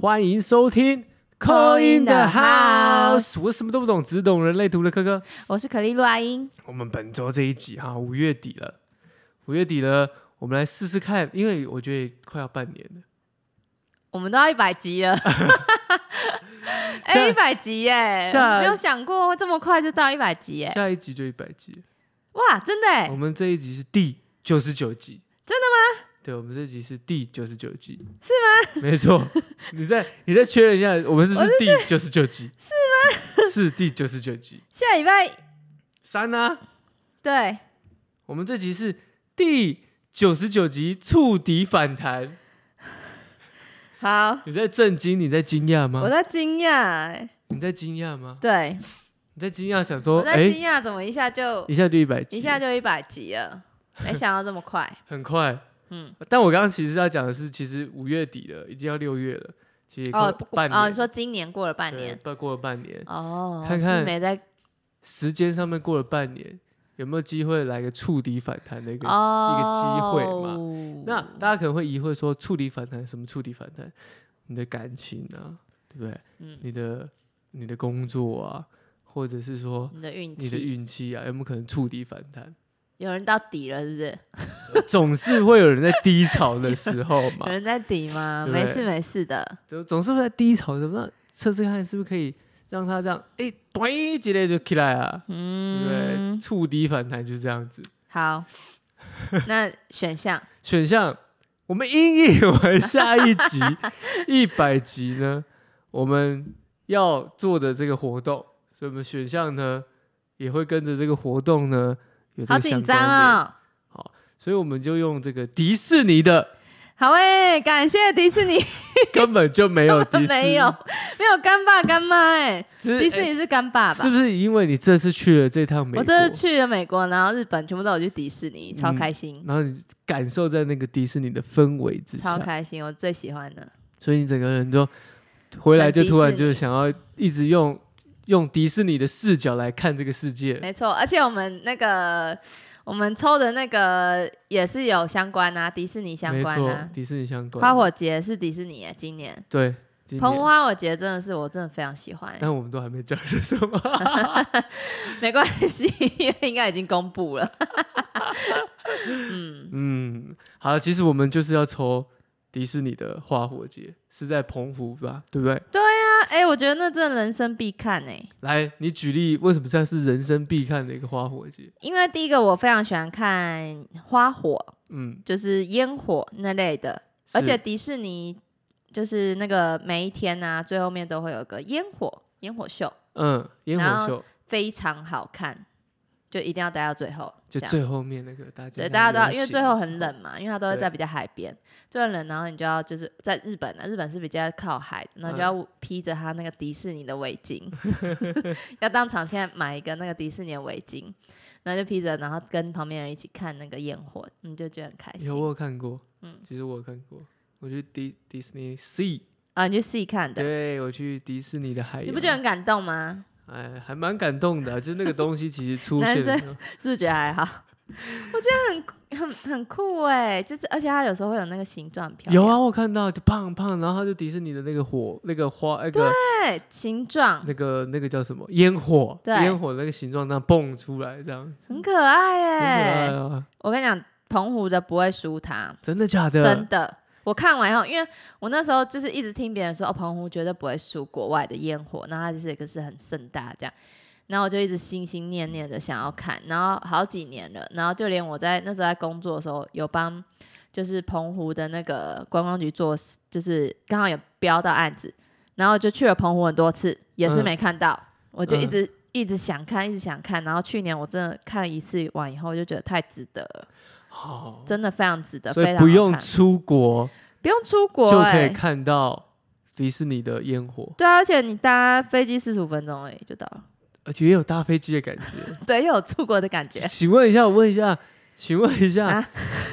欢迎收听《Call in the House》，我什么都不懂，只懂人类图的科科。我是可丽露阿英，我们本周这一集哈，五月底了，五月底了，我们来试试看，因为我觉得快要半年了。我们都要一百集 了，哎，一百集耶！下我没有想过这么快就到一百集耶！下一集就一百集，哇，真的耶我！们这一集是第九十九集，真的吗？对，我们这集是第九十九集，是吗？没错，你 再你再确认一下，我们是不是第九十九集？是吗？是第九十九集，下礼拜三啊。对，我们这集是第九十九集触底反弹。好，你在震惊？你在惊讶吗我？在惊讶耶，你在惊讶吗？对，你在惊讶？想说，我在哎、惊讶，怎么一下就一下就一百集，一下就一百集了？没想到这么快，很快。嗯嗯，但我刚刚其实要讲的是，其实五月底了，已经要六月了，其实也哦，快不过半年，哦，你说今年过了半对年，半过了半年，哦，看看是没在时间上面过了半年，有没有机会来个触底反弹的一个、哦一个机会嘛？那大家可能会疑惑说，触底反弹什么？触底反弹？你的感情啊，对不对？嗯你的你的工作啊，或者是说你的运你的气，运气啊，有没有可能触底反弹？ 有人到底了，是不是？总是会有人在低潮的时候嘛 有，人在底吗？对不对没事没事的，总总是会在低潮的时候，测试看是不是可以让他这样，哎、短一几类就起来啊，对不对？嗯，触底反弹就是这样子。好，那 选项选项，我们因应我们下一集 一百集呢，我们要做的这个活动，所以我们选项呢也会跟着这个活动呢有这好个相紧关张联，哦。所以我们就用这个迪士尼的，好诶、感谢迪士尼，根本就没有迪士 尼，哎没有没有干爸干妈诶、只是迪士哎尼是干爸吧？是不是因为你这次去了这趟美我国，这次去了美国，然后日本，全部都有去迪士尼，超嗯开心，然后你感受在那个迪士尼的氛围之超下，开心，我最喜欢的。所以你整个人就回来就很迪突然士就尼想要一直用用迪士尼的视角来看这个世界，没错，而且我们那个我们抽的那个也是有相关啊，迪士尼相没关错啊，。迪士尼相关。花火节是迪士尼耶，今年对，今澎湖年，花火节真的是我真的非常喜欢耶，但我们都还没讲是什么， 没关系， 因为应该已经公布了。 嗯，好，其实我们就是要抽迪士尼的花火节，是在澎湖吧，对不对？那哎、我觉得那真的人生必看哎、来，你举例，为什么这是人生必看的一个花火节？因为第一个我非常喜欢看花火，嗯，就是烟火那类的，而是且迪士尼就是那个每一天啊，最后面都会有个烟火烟火秀，嗯，烟然火后秀非常好看，就一定要待到最后，就这样。最后面那个大家对，在大家都要，游因为行最的后时很候，冷嘛，因为它都会对在比较海边，最后很冷，然后你就要就是在日本啊，日本是比较靠海，然嗯后就要披着它那个迪士尼的围巾， 要当场现在买一个那个迪士尼的围巾，然后就披着，然后跟旁边人一起看那个烟火，你就觉得很开有我心有看过，嗯嗯，其实我有看过，我去迪迪士尼 Sea，啊，你去细看的，对啊我去迪士尼的海洋，你不觉得很感动吗？哎，还蛮感动的啊、就是那个东西其实出男现的生时候，是不是觉得还好？我觉得很很很酷哎、就是而且它有时候会有那个形状很漂亮，有啊，我看到就胖胖，然后它就迪士尼的那个火，那个花，那个对形状那个那个叫什么烟火，对烟火那个形状那样蹦出来，这样子，很可爱很可哎、爱啊！我跟你讲，澎湖的不会输它，真的假的？真的。我看完以后，因为我那时候就是一直听别人说，哦，澎湖绝对不会输国外的烟火，然后它就是一个是很盛大这样，然后我就一直心心念念的想要看，然后好几年了，然后就连我在那时候在工作的时候，有帮就是澎湖的那个观光局做，就是刚好有标到案子，然后就去了澎湖很多次，也是嗯没看到，我就一嗯直、一直想看，一直想看，然后去年我真的看一次完以后，我就觉得太值得了。好，真的非常值得，所非以常不好用看出国不用出国、就可哎以看到迪士尼的烟火，对啊，而且你搭飞机四十五分钟而已就到了，而且也有搭飞机的感觉。 对，又有出国的感觉。请问一下，我问一下，请问一下，啊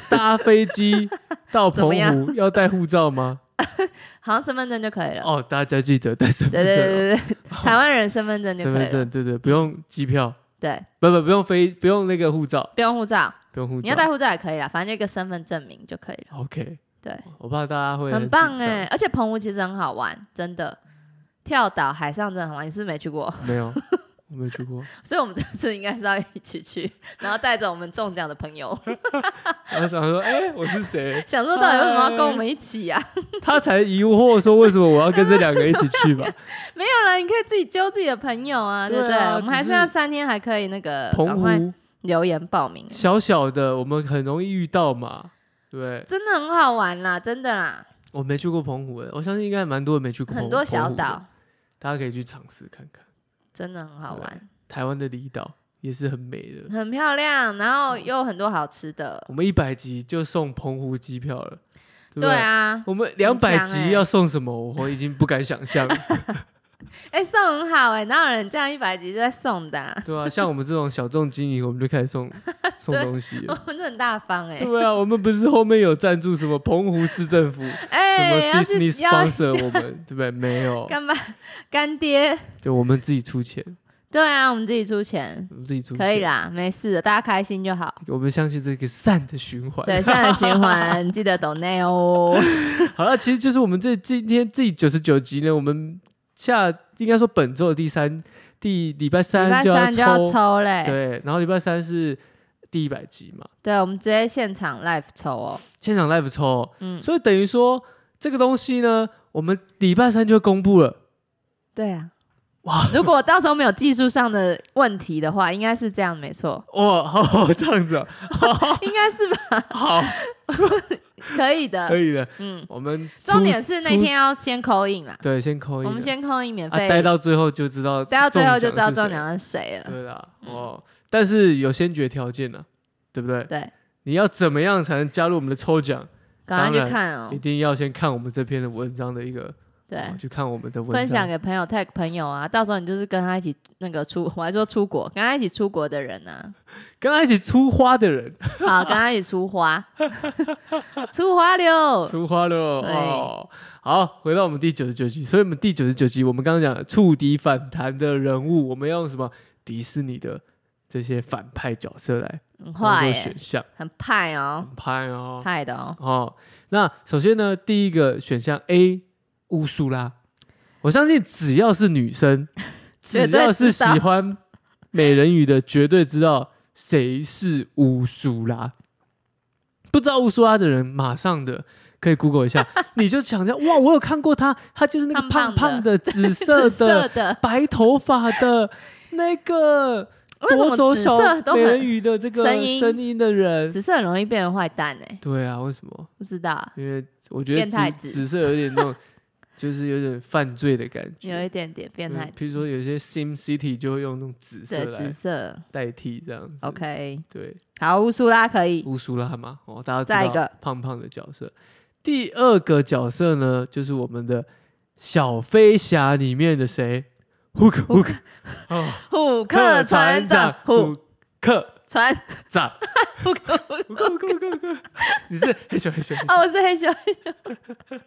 搭飞机到 怎澎么样湖要带护照 吗？ 好像身份证就可以了。哦，大家记得带身份对对证哦、对对对，台湾人身份证就身可份以了。证，对对，不用机票，对，不不不用飞，不用那个护照，不用护照，不用护照。你要带护照也可以啦，反正就一个身份证明就可以了。 OK，对，我怕大家会很棒紧张哎、，而且澎湖其实很好玩，真的。跳岛海上真的很好玩，你是不是没去 过，没有，我没去过，所以我们这次应该是要一起去，然后带着我们中奖的朋 友，然后想说，哎、我是谁？想说到底为什么要跟我们一起啊呀、他才疑惑说，为什么我要跟这两个一起去 吧？没有啦，你可以自己揪自己的朋友啊，对对啊不对？我们还只是剩下三天，还可以那个呃赶澎快湖留言报名，小小的，我们很容易遇到嘛。对，真的很好玩啦，真的啦，我没去过澎湖欸的，我相信应该蛮多人没去过澎。很多小澎湖的岛，大家可以去尝试看看。真的很好玩，台湾的离岛也是很美的。很漂亮，然后嗯又有很多好吃的，我们一百集就送澎湖机票了，对不对啊，我们两百很强集欸要送什么，我已经不敢想象了。哎、送很好哎、哪有人这样一百集就在送的、啊？对啊，像我们这种小众经营，我们就开始 送送东西我了。们真的很大方哎、对啊，我们不是后面有赞助什么澎湖市政府、什 哎、么要去 Disney 要去 sponsor 我们，对不对？没有， 干爸干爹，就我们自己出钱，对啊，我们自己出钱，我们自己出钱。可以啦，没事的，大家开心就好。我们相信这个善的循环。 对，善的循环，记得抖内哦。好了，其实就是我们这今天这九十九集呢，我们下应该说本周的第三第礼拜礼三拜就要三就要抽，抽嘞，对，然后礼拜三是第一百集嘛，对，我们直接现场 live 抽哦。现场 live 抽，嗯，所以等于说这个东西呢，我们礼拜三就会公布了。对啊。哇！ 如果到时候没有技术上的问题的话，应该是这样，没错，哇， 好，这样子啊、应 该是吧？好，可以可的。以 的。嗯，我们出重点是那出天要先扣印啦，对，先扣一，我们先扣印免啊，费，待到最后就知道，待到最后就知道中中奖奖是谁是谁。了。对啦，哦，但是有先决条件呢、对不对？对，你要怎么样才能加入我们的抽奖？赶快当然去看哦一。定要先看我们这篇的文章的一个，对哦，去看我们的文章，分享给朋友 tag 朋友啊，到时候你就是跟他一起那个出，我还说出国，跟他一起出国的人啊，跟他一起出花的人，好，跟他一起 出花， 出花溜，出花了对哦。好，回到我们第九十九集，所以我们第九十九集，我们刚刚讲的触底反弹的人物，我们要用什么迪士尼的这些反派角色来当很坏做耶、选项，很派哦，反派哦，派的哦，哦。那首先呢，第一个选项 A 乌苏拉，我相信只要是女生，绝只对要是知喜道欢美人鱼的，绝对知道谁是乌苏拉。不知道乌苏拉的人，马上的可以 Google 一下，你就想一下，哇，我有看过她，她就是那个胖胖胖胖的 的、紫色紫色的、 的，白头发的那个为什么夺走紫色小都美人很鱼的这个声音声音的人。紫色很容易变成坏蛋哎、对啊，为什么？不知道啊，因为我觉得变态紫子紫色有点那种，就是有点犯罪的感有一觉。点点变嗯态，譬如说有些 Sim City 就会用那种紫色对，紫来色代替这样子。 ，OK，对，好，乌苏拉可以，乌苏拉嘛，哦，大再家一知个道胖胖的角色。第二个角色呢，就是我们的小飞侠里面的谁？Hook Hook，哦，虎克船长，虎虎克 船，长，虎克，虎克虎克虎克虎克虎克，你是很喜欢很喜欢，哦，我是黑熊，黑熊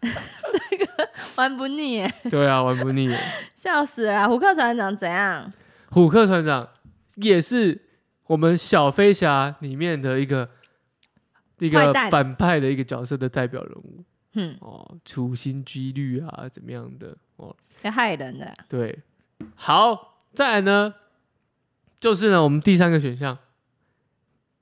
那个 玩不腻耶，对啊，玩不腻耶。笑死了啊。胡克船长怎样？虎克船长也是我们小飞侠里面的一个一坏个蛋反派的一个角色的代表人物哼，哦，处心积虑啊，怎么样的哦，要害人 的啊。对，好，再来呢，就是呢我们第三个选项，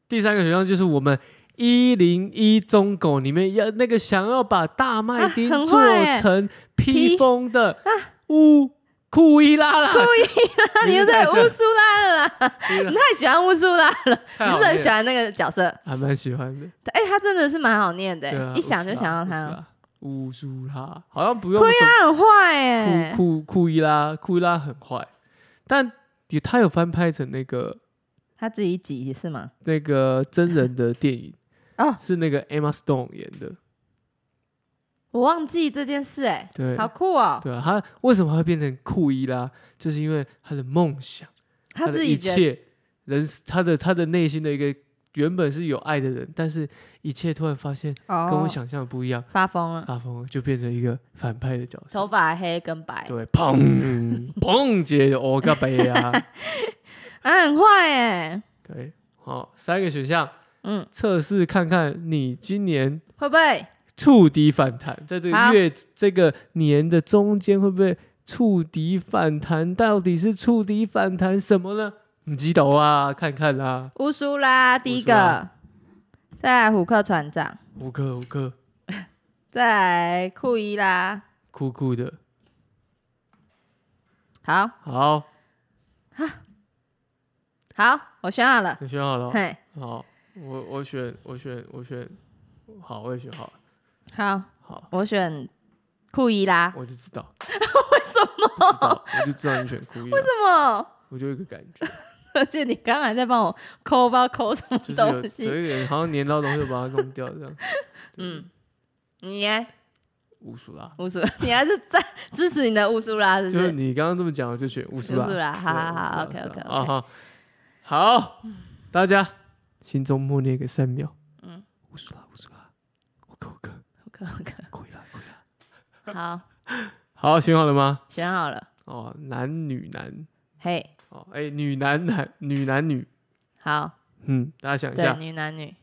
第三个选项就是我们。一零一中狗里面要那个想要把大麦啊丁很做坏欸成披披风的乌库伊拉拉，库那 你 就在乌苏拉了啦， 你太喜欢乌苏拉了，你是很喜欢那个角色。 还蛮喜欢的，哎、他真的是蛮好念的、对啊，一想就想到他。他。乌苏拉好像不用库伊总拉很坏哎、库库库伊拉，库伊拉很坏，但也他有翻拍成那个他自己挤是吗？那个真人的电影， 哦是那个 Emma Stone 演的，我忘记这件事哎、对好酷哦、对啊，他为什么会变成库伊拉？就是因为他的梦想，他的自一己觉得切人，他的他的内心的一个原本是有爱的人，但是一切突然发现跟我哦，想啊象的不一样，发疯了，发疯了就变成一个反派的角色，头发黑跟白，对，嗯砰砰，姐我 个杯啊！啊，很坏哎、对，好、三个选项，嗯，测试看看你今年会不会？触底反弹，在这个好月这个年的中间会不会触底反弹？到底是触底反弹什么呢？你记得啊，看看啦，乌苏拉第一乌苏拉个，再来虎克船长，五个五个，再来库伊拉。酷酷的，好好，好，我选好了。你选好了哦，嘿，好，我我选我选我选，好，我也选好了，好，好，我选库伊拉。我就知道， 为什么？不知道，我就知道你选酷一， 为什么？我就有一个感 觉，而且你刚才在帮我抠，不知道抠什么就是有东有西。一点好像粘到东西，把它弄掉 这样，嗯，你耶乌苏拉，乌苏， 你还是在支持你的乌苏拉，是不就是是？你刚刚这么讲，我就选乌苏乌拉苏。拉，好好好啊对，OK 嗯是吧是 OK 吧啊 OK。哈，好，大家心中默念个三秒，嗯，乌苏拉，乌苏拉，我哥，我哥， OK OK，可以啦，可以啦。好，好，选好了吗？选好了。哦，男女男，嘿，哦，哎，女男男，女男女，好，嗯，大家想一对，下，女男女，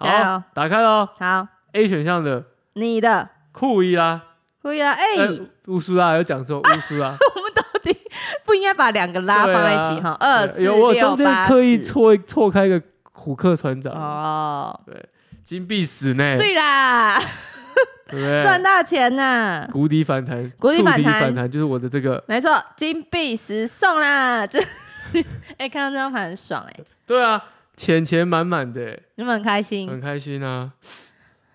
加油好，打开喽好， ，A 选项的你的酷伊拉，库伊拉，哎，呃乌苏拉有讲错，乌苏拉，我们到底不应该把两个拉放在一起 哈？二呃四对有我中六间八刻意啊十，错错开个虎克船长，哦，金必死呢，对醉啦，哎不对？赚大钱呐！谷底反弹，谷底触反底弹反弹就是我的这个，没错，金币十送啦！这， 哎，看到这张牌很爽哎，对啊，钱钱满满的，你们很开心，很开心啊，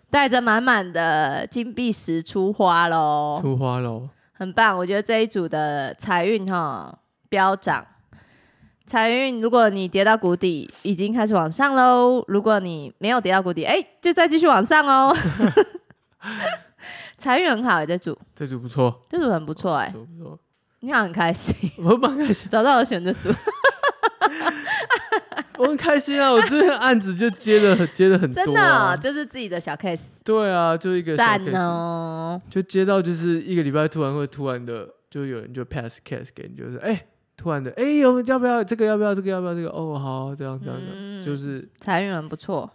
带着满满的金币十出花喽，出花喽，很棒！我觉得这一组的财运哈飙涨。财运，如果你跌到谷底，已经开始往上喽；如果你没有跌到谷底，哎、就再继续往上哦。 财运很好哎、这组这组不错，这组很不错哎、这组不错，你好像很开心，我蛮开心， 找到我选这组。我很开心啊，我这个案子就接 了接了很真多的哦、啊，就是自己的小 case，对啊，就一个小赞 case，哦！就接到就是一个礼拜突然会突然的，就有人就 pass case 给你，就是哎、突然的哎、我们要不要这个要不要这个要不要这个哦好这样这样的，嗯就是财运很不错，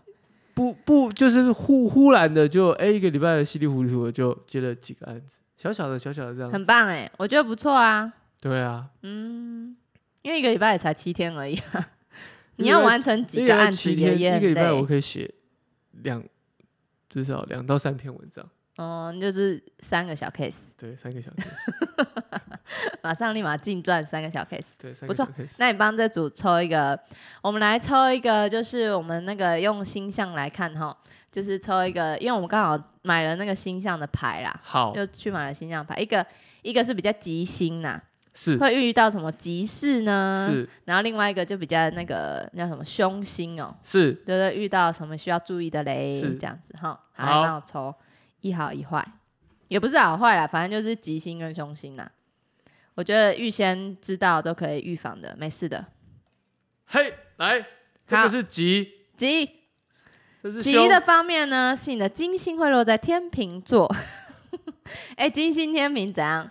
不不就是忽忽然的就哎、一个礼拜稀里糊涂的就接了几个案子，小小的小小的这样很子，棒哎，我觉得不错啊。对啊，嗯，因为一个礼拜也才七天而已、一 个礼拜你要完成一几个礼个拜案七子天，也也一个很礼拜我累。可以写两至少两到三篇文章，哦、就是三个小 case， 对，三个小时，马上立马净赚三个小 case。对，三不个错小时。那你帮这组抽一个，我们来抽一个，就是我们那个用星象来看哈，就是抽一个，因为我们刚好买了那个星象的牌啦，好，就去买了星象牌，一个一个是比较吉星呐、是会遇到什么急事呢？是然后另外一个就比较那个那叫什么凶星哦，是，就是遇到什么需要注意的嘞，是这样子哈。好，好你帮我抽一好一坏，也不是好坏啦，反正就是吉星跟凶星啦。我觉得预先知道都可以预防的，没事的。嘿，来，这好个是吉，吉这是吉凶的方面呢，是你的金星会落在天秤座。 哎、金星天平怎样？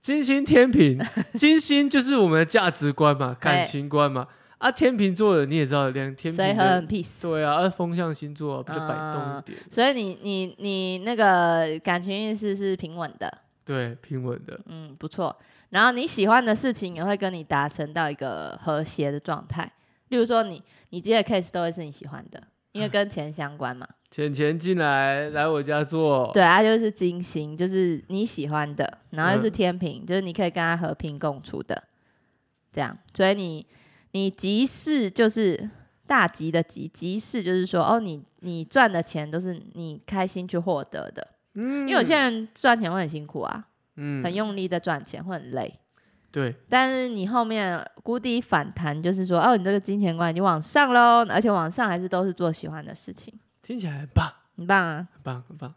金星天平，金星就是我们的价值观 嘛，感对情观嘛。啊，天秤座的你也知道，两天随平和的很 peace。对啊，而风象星座啊不就摆动一嗯点，所以你你你那个感情运势是平稳的，对，平稳的，嗯，不错。然后你喜欢的事情也会跟你达成到一个和谐的状态。例如说你，你接的 case 都会是你喜欢的，因嗯为跟钱相关嘛。钱钱进来来我家做，对，啊它就是金星，就是你喜欢的，然后又是嗯天平，就是你可以跟他和平共处的，这样。所以你你集市就是大吉的吉，集市就是说，哦，你你赚的钱都是你开心去获得的，嗯因为有些人赚钱会很辛苦啊，嗯很用力在赚钱，会很累。对，但是你后面谷底反弹，就是说，哦，你这个金钱观已经往上喽，而且往上还是都是做喜欢的事情，听起来很棒，很棒啊！很棒，很棒。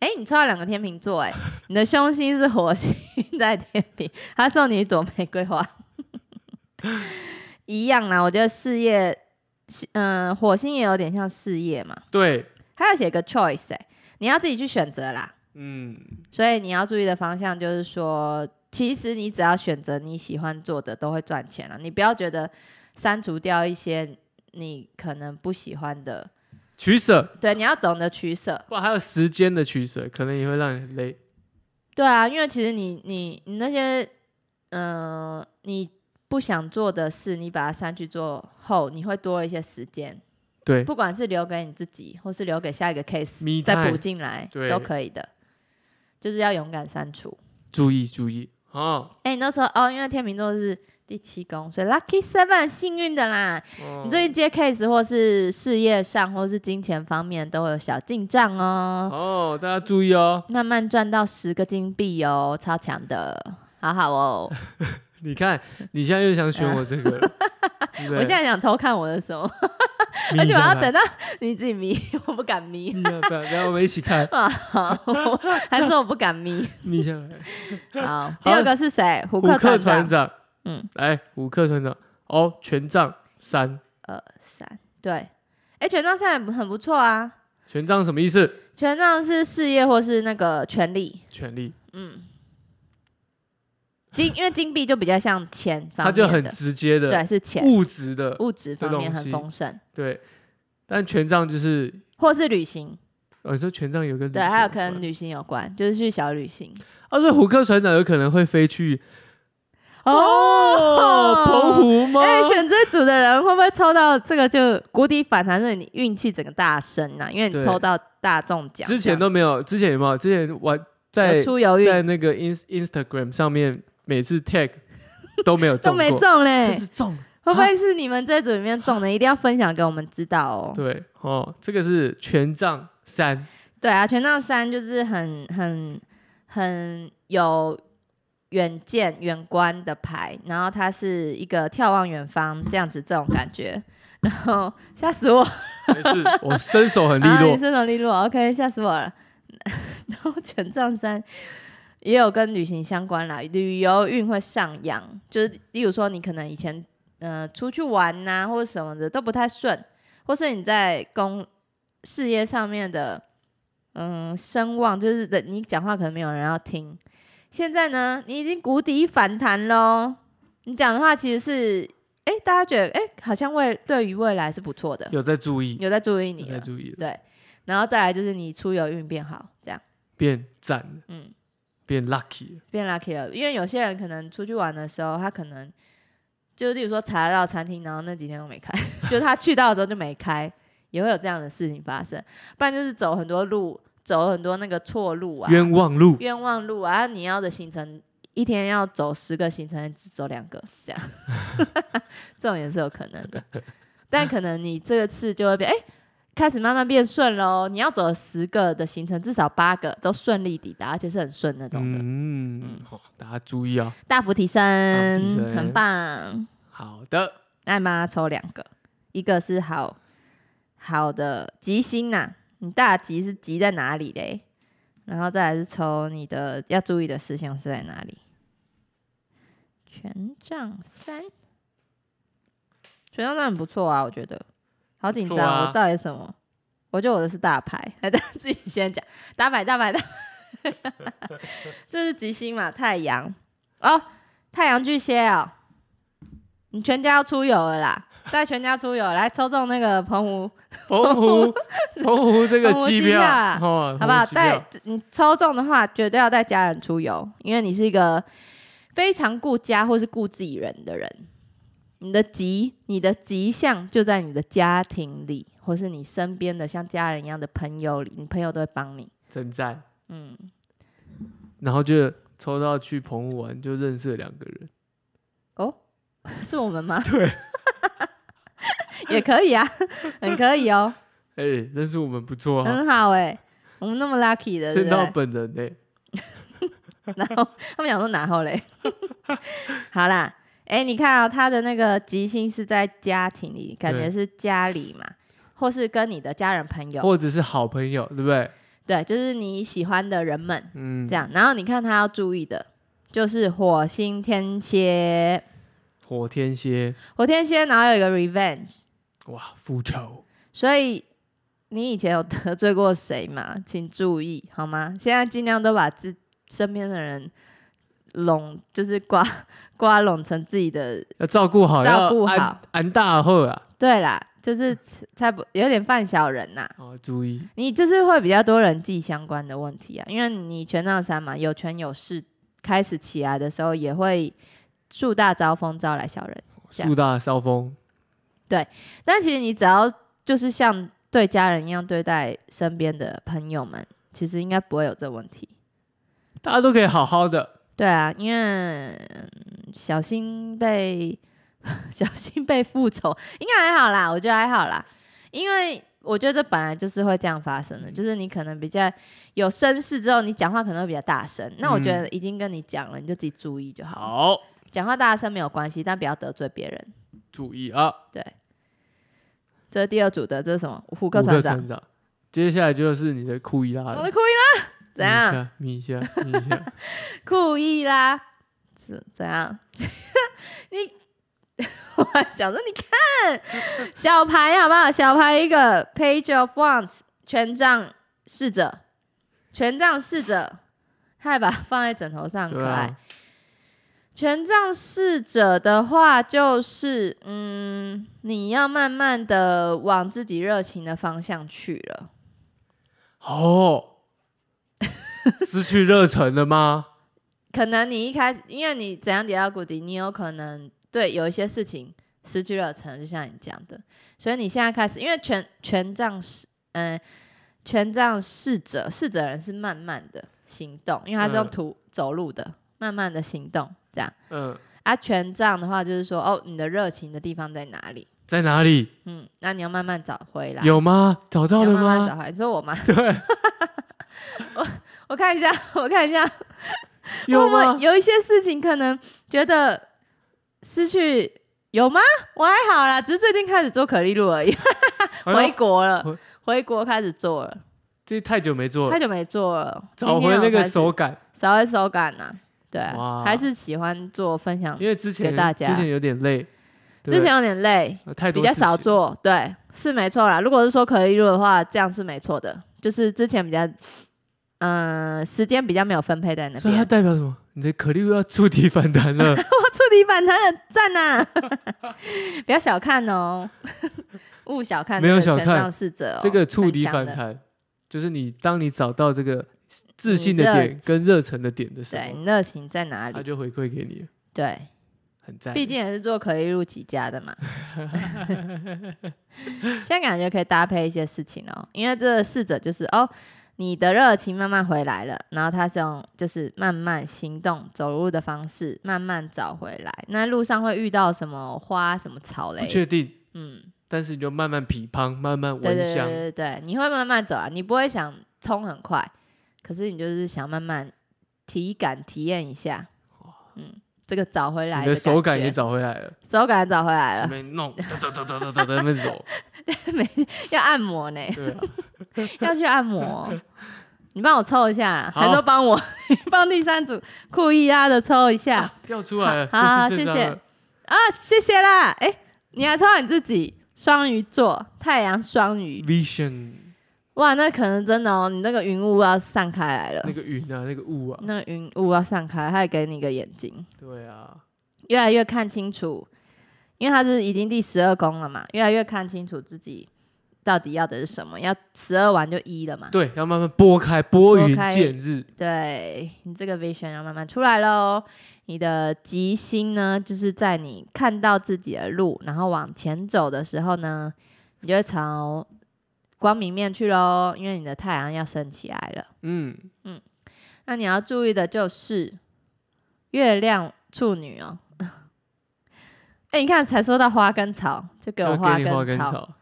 哎，你抽到两个天秤座，哎， 你的凶星是火星在天平，他送你一朵玫瑰花， 一样啦。我觉得事业，嗯、火星也有点像事业嘛，对，它要写个 choice，哎，你要自己去选择啦。嗯，所以你要注意的方向就是说，其实你啊只要选择你喜欢做的，都会赚钱了。你不要觉得删除掉一些你可能不喜欢的，取舍，对，你要懂得取舍。不还有时间的取舍，可能也会让你很累。对啊，因为其实你你你那些，嗯、你不想做的事，你把它删去做后，你会多一些时间，对，不管是留给你自己，或是留给下一个 case Me 再补 time 进来，对都可以的。就是要勇敢删除。注意注意哦。哎、你那时候哦，因为天秤座是第七宫，所以 lucky seven 幸运的啦。哦你最近接 case 或是事业上或是金钱方面都会有小进账哦，哦，大家注意哦。慢慢赚到十个金币哦，超强的，好好哦。你看，你现在又想选我这个了，对不对我现在想偷看我的手，眯 而一且我下要吧等到你自己眯，我不敢眯眯一下，不然然后我们一起看，啊，好我还是我不敢 眯。眯下来。好，第二个是谁？胡克克船船长，长，嗯，来，虎克船长，哦，权杖三，二三，对，哎，权杖三也很不错啊。权杖什么意思？权杖是事业或是那个权利，权力，嗯，金因为金币就比较像钱它方面就很的直接的对，是钱物质的，物质方面东很西丰盛，对。但权杖就是，或是旅行，哦，你说权杖有跟旅对，行还有有跟关旅行有关，就是去小旅行啊，所以虎克船长有可能会飞去哦哦，澎。湖吗？哎、选这组的人会不会抽到这个就谷底反弹？是你运气整个大升呐、啊因为你对抽到大中奖，之前都没有，之前有没有？之前玩这样在有出犹豫在那个 ins Instagram 上面，每次 tag 都没有都中没过，中哎嘞这，是啊中会不会是你们这组里面中的？一定要分享给我们知道哦。 对哦，这个是权杖三，对啊，权杖三就是很很很有远见、远观的牌，然后它是一个眺望远方这样子这种感觉，然后吓死我，没事，我身手很利 啊，你落，身手利落，OK，吓死我了。 然后权杖三也有跟旅行相关啦，旅游运会上扬，就是例如说你可能以前呃出去玩呐、或者什么的都不太顺，或是你在工事业上面的嗯声望，就是人你讲话可能没有人要听。现在呢，你已经谷底反弹喽，你讲的话其实是哎、大家觉得哎、好像未对于未来是不错的，有在注意，有在注意有你在了。注意，对，然后再来就是你出游运变好，这样，变赞了，嗯，变 lucky 了，变 lucky 了。因为有些人可能出去玩的时候，他可能就例如说查到餐厅，然后那几天都没开， 就他去到的时候就没开，也会有这样的事情发生。不然就是走很多路，走很多那个错路啊，冤枉路，冤枉路啊，你要的行程。一天要走十个行程，只走两个，这样， 这种也是有可能的。但可能你这次就会变，哎、开始慢慢变顺喽。你要走十个的行程，至少八个都顺利抵达，而且是很顺那种的，嗯，好，大家注意哦。大幅提升，大幅提升很棒。好的，艾妈抽两个，一个是好好的吉星呐、你大吉是吉在哪里嘞？然后再来是抽你的要注意的事项是在哪里？权杖三，权杖三很不错啊，我觉得好紧不张错哦、啊我到底什么？我觉得我的是大牌， 来，大家自己先讲，大牌大牌大牌， 这是吉星嘛？太阳哦，太阳巨蟹哦，你全家要出游了啦， 带全家出游，来抽中那个澎湖澎湖，澎湖 这个澎湖机机票，票哦，澎湖好不好？机带票你抽中的话，绝对要带家人出游，因为你是一个非常顾家或是顾自己人的人。你的吉，你的吉祥就在你的家庭里，或是你身边的像家人一样的朋友里，你朋友都会帮你。真赞，嗯，然后就抽到去澎湖玩，就认识了两个人，哦，是我 们吗？对， 也可以啊，很可以哦，哎，认识我们不错啊，很好哎、我们那么 lucky 的，见对不到对？本人呢，然后他们想说然后嘞， 好啦，哎、你看啊、他的那个吉星是在家庭里，感觉对是家里嘛，或是跟你的家人朋友，或者是好朋友，对不对？对，就是你喜欢的人们嗯，这样。然后你看他要注意的，就是火星天蝎，火天蝎，火天蝎，然后有一个 revenge，哇，复仇，所以。你以前有得罪过谁吗？请注意好吗？现在尽量都把自身边的人拢，就是 瓜瓜拢成自己的要照顾好，照顾要安好安大后啊，对啦，就是才不有点犯小人呐、啊，注意你就是会比较多人际相关的问题啊，因为你权杖三嘛，有权有势，开始起来的时候也会树大招风，招来小人。这样树大招风，但其实你只要就是像对家人一样对待身边的朋友们，其实应该不会有这问题。大家都可以好好的。对啊，因为、嗯小心被 小心被复仇，应该还好啦，我觉得还好啦，因为我觉得这本来就是会这样发生的，就是你可能比较有绅士之后，你讲话可能会比较大声。那我觉得已经跟你讲了，你就自己注意就好。好，讲话大声没有关系，但不要得罪别人。注意啊，对，这是第二组的，这是什么？虎胡克船长船，长。接下来就是你的库伊拉我了的，库伊拉怎样？眯一下？眯一下，眯一下。 故意啦，怎怎样？ 你 我还讲说，你看小牌好不好？小牌一个 Page of Wands 权杖侍者，权杖侍者，还把它放在枕头上，对可爱啊。，权杖侍者的话，就是嗯，你要慢慢的往自己热情的方向去了。哦，失去热忱了吗？可能你一开始，因为你怎样跌到谷底，你有可能对有一些事情失去热忱，就像你讲的，所以你现在开始，因为权权杖是嗯、权杖侍者，侍者人是慢慢的行动，因为他是用嗯徒走路的，慢慢的行动这样。嗯，啊，权杖的话就是说，哦，你的热情的地方在哪里？在哪里？嗯，那你要慢慢找回来，有吗？找到了你要慢慢找吗？回来。 你说我吗？对，我看一下，我看一下， 有我吗们？有一些事情可能觉得失去有吗？我还好啦，只是最近开始做可丽露而已，哎回呦国了回，回国开始做了，这太久没做太了，久没做了，找今回天那我个开始手感，稍微手感呐、对啊、哇还是喜欢做分享，因为之前嗯给大家之前有点累，对之前有点累，呃太比多较事情少做，对，是没错啦。如果是说可丽露的话，这样是没错的，就是之前比较，嗯、时间比较没有分配在那所以它代边。表什么？你的可丽露要触底反弹 了，我触底反弹的赞呐、 不要小看哦，勿小看没有小这个权看杖侍者、哦，这个触很底强反的。弹，就是你当你找到这个自你信的热点情跟热忱的点的时对，候，你热情在哪它里？就回馈给你了，对，很赞。毕竟也是做可丽露起家的嘛。 现在感觉可以搭配一些事情哦，因为这个侍者就是哦，你的热情慢慢回来了，然后他是用就是慢慢行动、走路的方式，慢慢找回来。那路上会遇到什么花、什么草不嘞？确定，嗯，但是你就慢慢品尝，慢慢对闻对香，对对对，你会慢慢走啊，你不会想冲很快，可是你就是想慢慢体感体验一下，嗯，这个找回来你的手感感也觉啊找回来了，手感找回来这了，边弄，哒哒哒哒哒哒在那边走， 要按摩呢，对啊，要去 按摩。你帮我抽一下，啊好还说帮我 帮第三组库伊拉的抽一下啊掉出来了，好好就是这谢谢张了啊，谢谢啦。哎、你还抽到你自己双鱼座太阳双鱼， vision 哇，那可能真的哦，你那个云雾要散开来了那，个云啊，那个雾啊，那个云雾要散开，还给你个眼睛。对啊，越来越看清楚，因为他是已经第十二宫了嘛，越来越看清楚自己到底要的是什么，要十二完就一了嘛。对，要慢慢拨开，拨拨云开见日，对你这个 vision 要慢慢出来喽。你的吉星呢，就是在你看到自己的路，然后往前走的时候呢，你就会朝光明面去喽，因为你的太阳要升起来了。嗯，那你要注意的就是月亮处女哦。 哎、你看，才说到花跟草，就给就我给你花跟根草。草，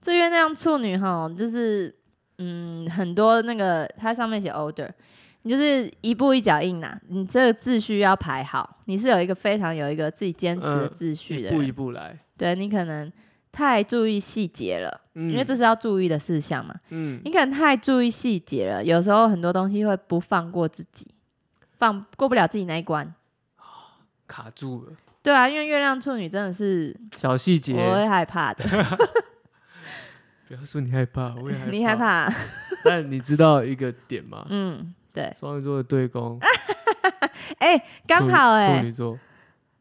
这月亮处女哈，就是嗯，很多那个它上面写 order，你就是一步一脚印呐、你这个秩序要排好，你是有一个非常有一个自己坚持的嗯秩序一的步人，一步来，对你可能太注意细节了，因因为这是要注意的事项嘛。嗯你可能太注意细节了，有时候很多东西会不放过自己，放过不了自己那一关。卡住了，对啊，因为月亮处女真的是小细节，我会害 怕的，不要说你害怕，我也害怕，你害，怕？啊但你知道一个点吗？嗯，对，啊双鱼座的对宫，哎、刚处女好哎、处女座，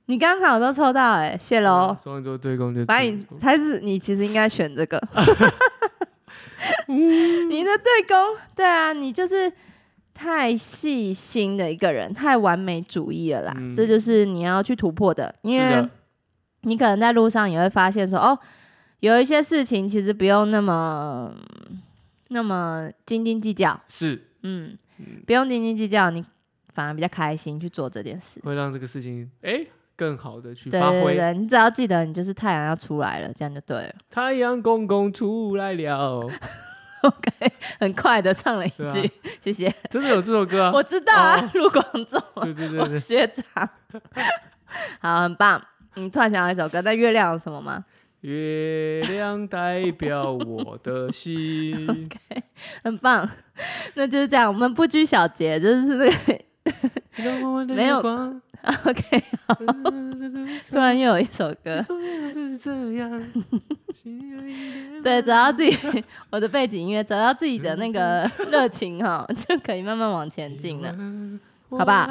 你刚好都抽到哎、谢喽。双鱼座对攻就反处正女你座才是你其实应该选这个，嗯 你的对攻，对啊，你就是太细心的一个人，太完美主义了啦，嗯这就是你要去突破的，因是为的你可能在路上也会发现说，哦，有一些事情其实不用那么那么斤斤计较，是嗯，嗯不用斤斤计较，你反而比较开心去做这件事。会让这个事情哎、更好的去对发对对挥。对，你只要记得你就是太阳要出来了，这样就对了。太阳公公出来 了， OK，很快的唱了一对啊句，谢谢。真的有这首歌啊我？知道啊哦，陆广仲，对对对 我对，学长，好，很棒。你突然想到一首歌，那月亮有什么吗？月亮代表我的 心，很棒，那就是这样。我们不拘小节，就是那个让弯弯的没有月 光。 OK。突然又有一首歌，对，对找到自己我的背景音乐，找到自己的那个嗯热情哈、就可以慢慢往前进了。好不好？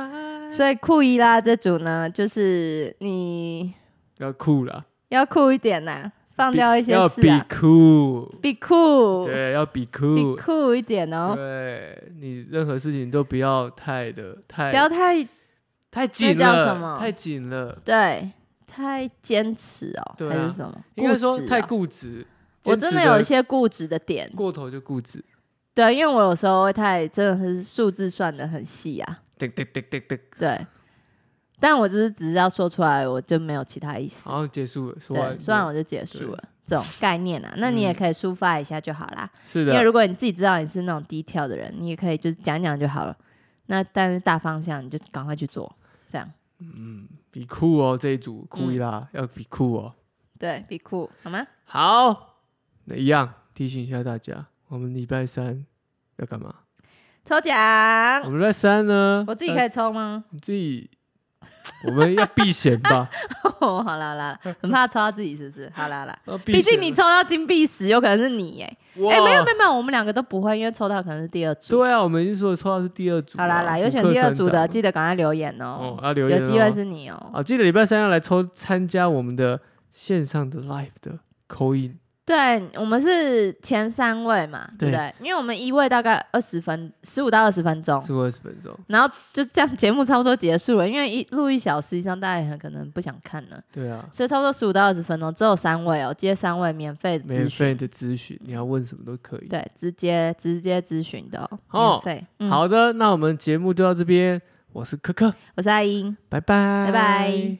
所以酷伊拉这组呢，就是你要酷啦，要酷一点呐、放比掉一些要事比啊，酷，比酷，对，要比比酷，酷一点哦，对你任何事情都不要太的太不要太太紧那叫什么了，太紧了，对，太坚持哦，对啊还是什么？应该说固执哦太固执，我坚真持的有一些固执的点，过头就固执，对，因为我有时候会太真的是数字算的很细啊，叮叮叮叮叮，对。但我就是只是要说出来，我就没有其他意思。然后结束了，说对，完，说完我就结束了这种概念啊。那你也可以抒发一下就好啦。嗯是因为的，如果你自己知道你是那种低调的人，你也可以就是讲讲就好了。那但是大方向你就赶快去做，这样嗯，比酷哦，这一组酷一啦，嗯要比酷哦，对比酷好吗？好，那一样提醒一下大家，我们礼拜三要干嘛？抽我奖，们礼拜三呢？啊我自己呃可以抽吗？自己，我们要避嫌 吧？哦，好啦 好啦，很怕抽到自己是不是？好啦好啦，要避毕竟嫌你抽到金币十，有可能是你哎、哇哦哎、没有没有没有，我们两个都不会，因为抽到可能是第二组。对啊，我们已经说抽到是第二组啊，好啦啦，有虎选克第二船组长的，记得赶快留言哦哦，，要留言有哦机会是你哦。啊，记得礼拜三要来抽参加我们的线上的 live 的扣印，对我们是前三位嘛，对不对？因为我们一位大概二十分，十五到二十分钟，是二十分钟，然后就是这样，节目差不多结束了。因为一录一小时，实际上大家也很可能不想看了，对啊，所以差不多十五到二十分钟，只有三位哦，接三位免费的免咨询费，的咨询，你要问什么都可以。对，直接直接咨询的哦哦，免费。嗯，好的，那我们节目就到这边，我是可可，我是阿英。拜拜，拜拜。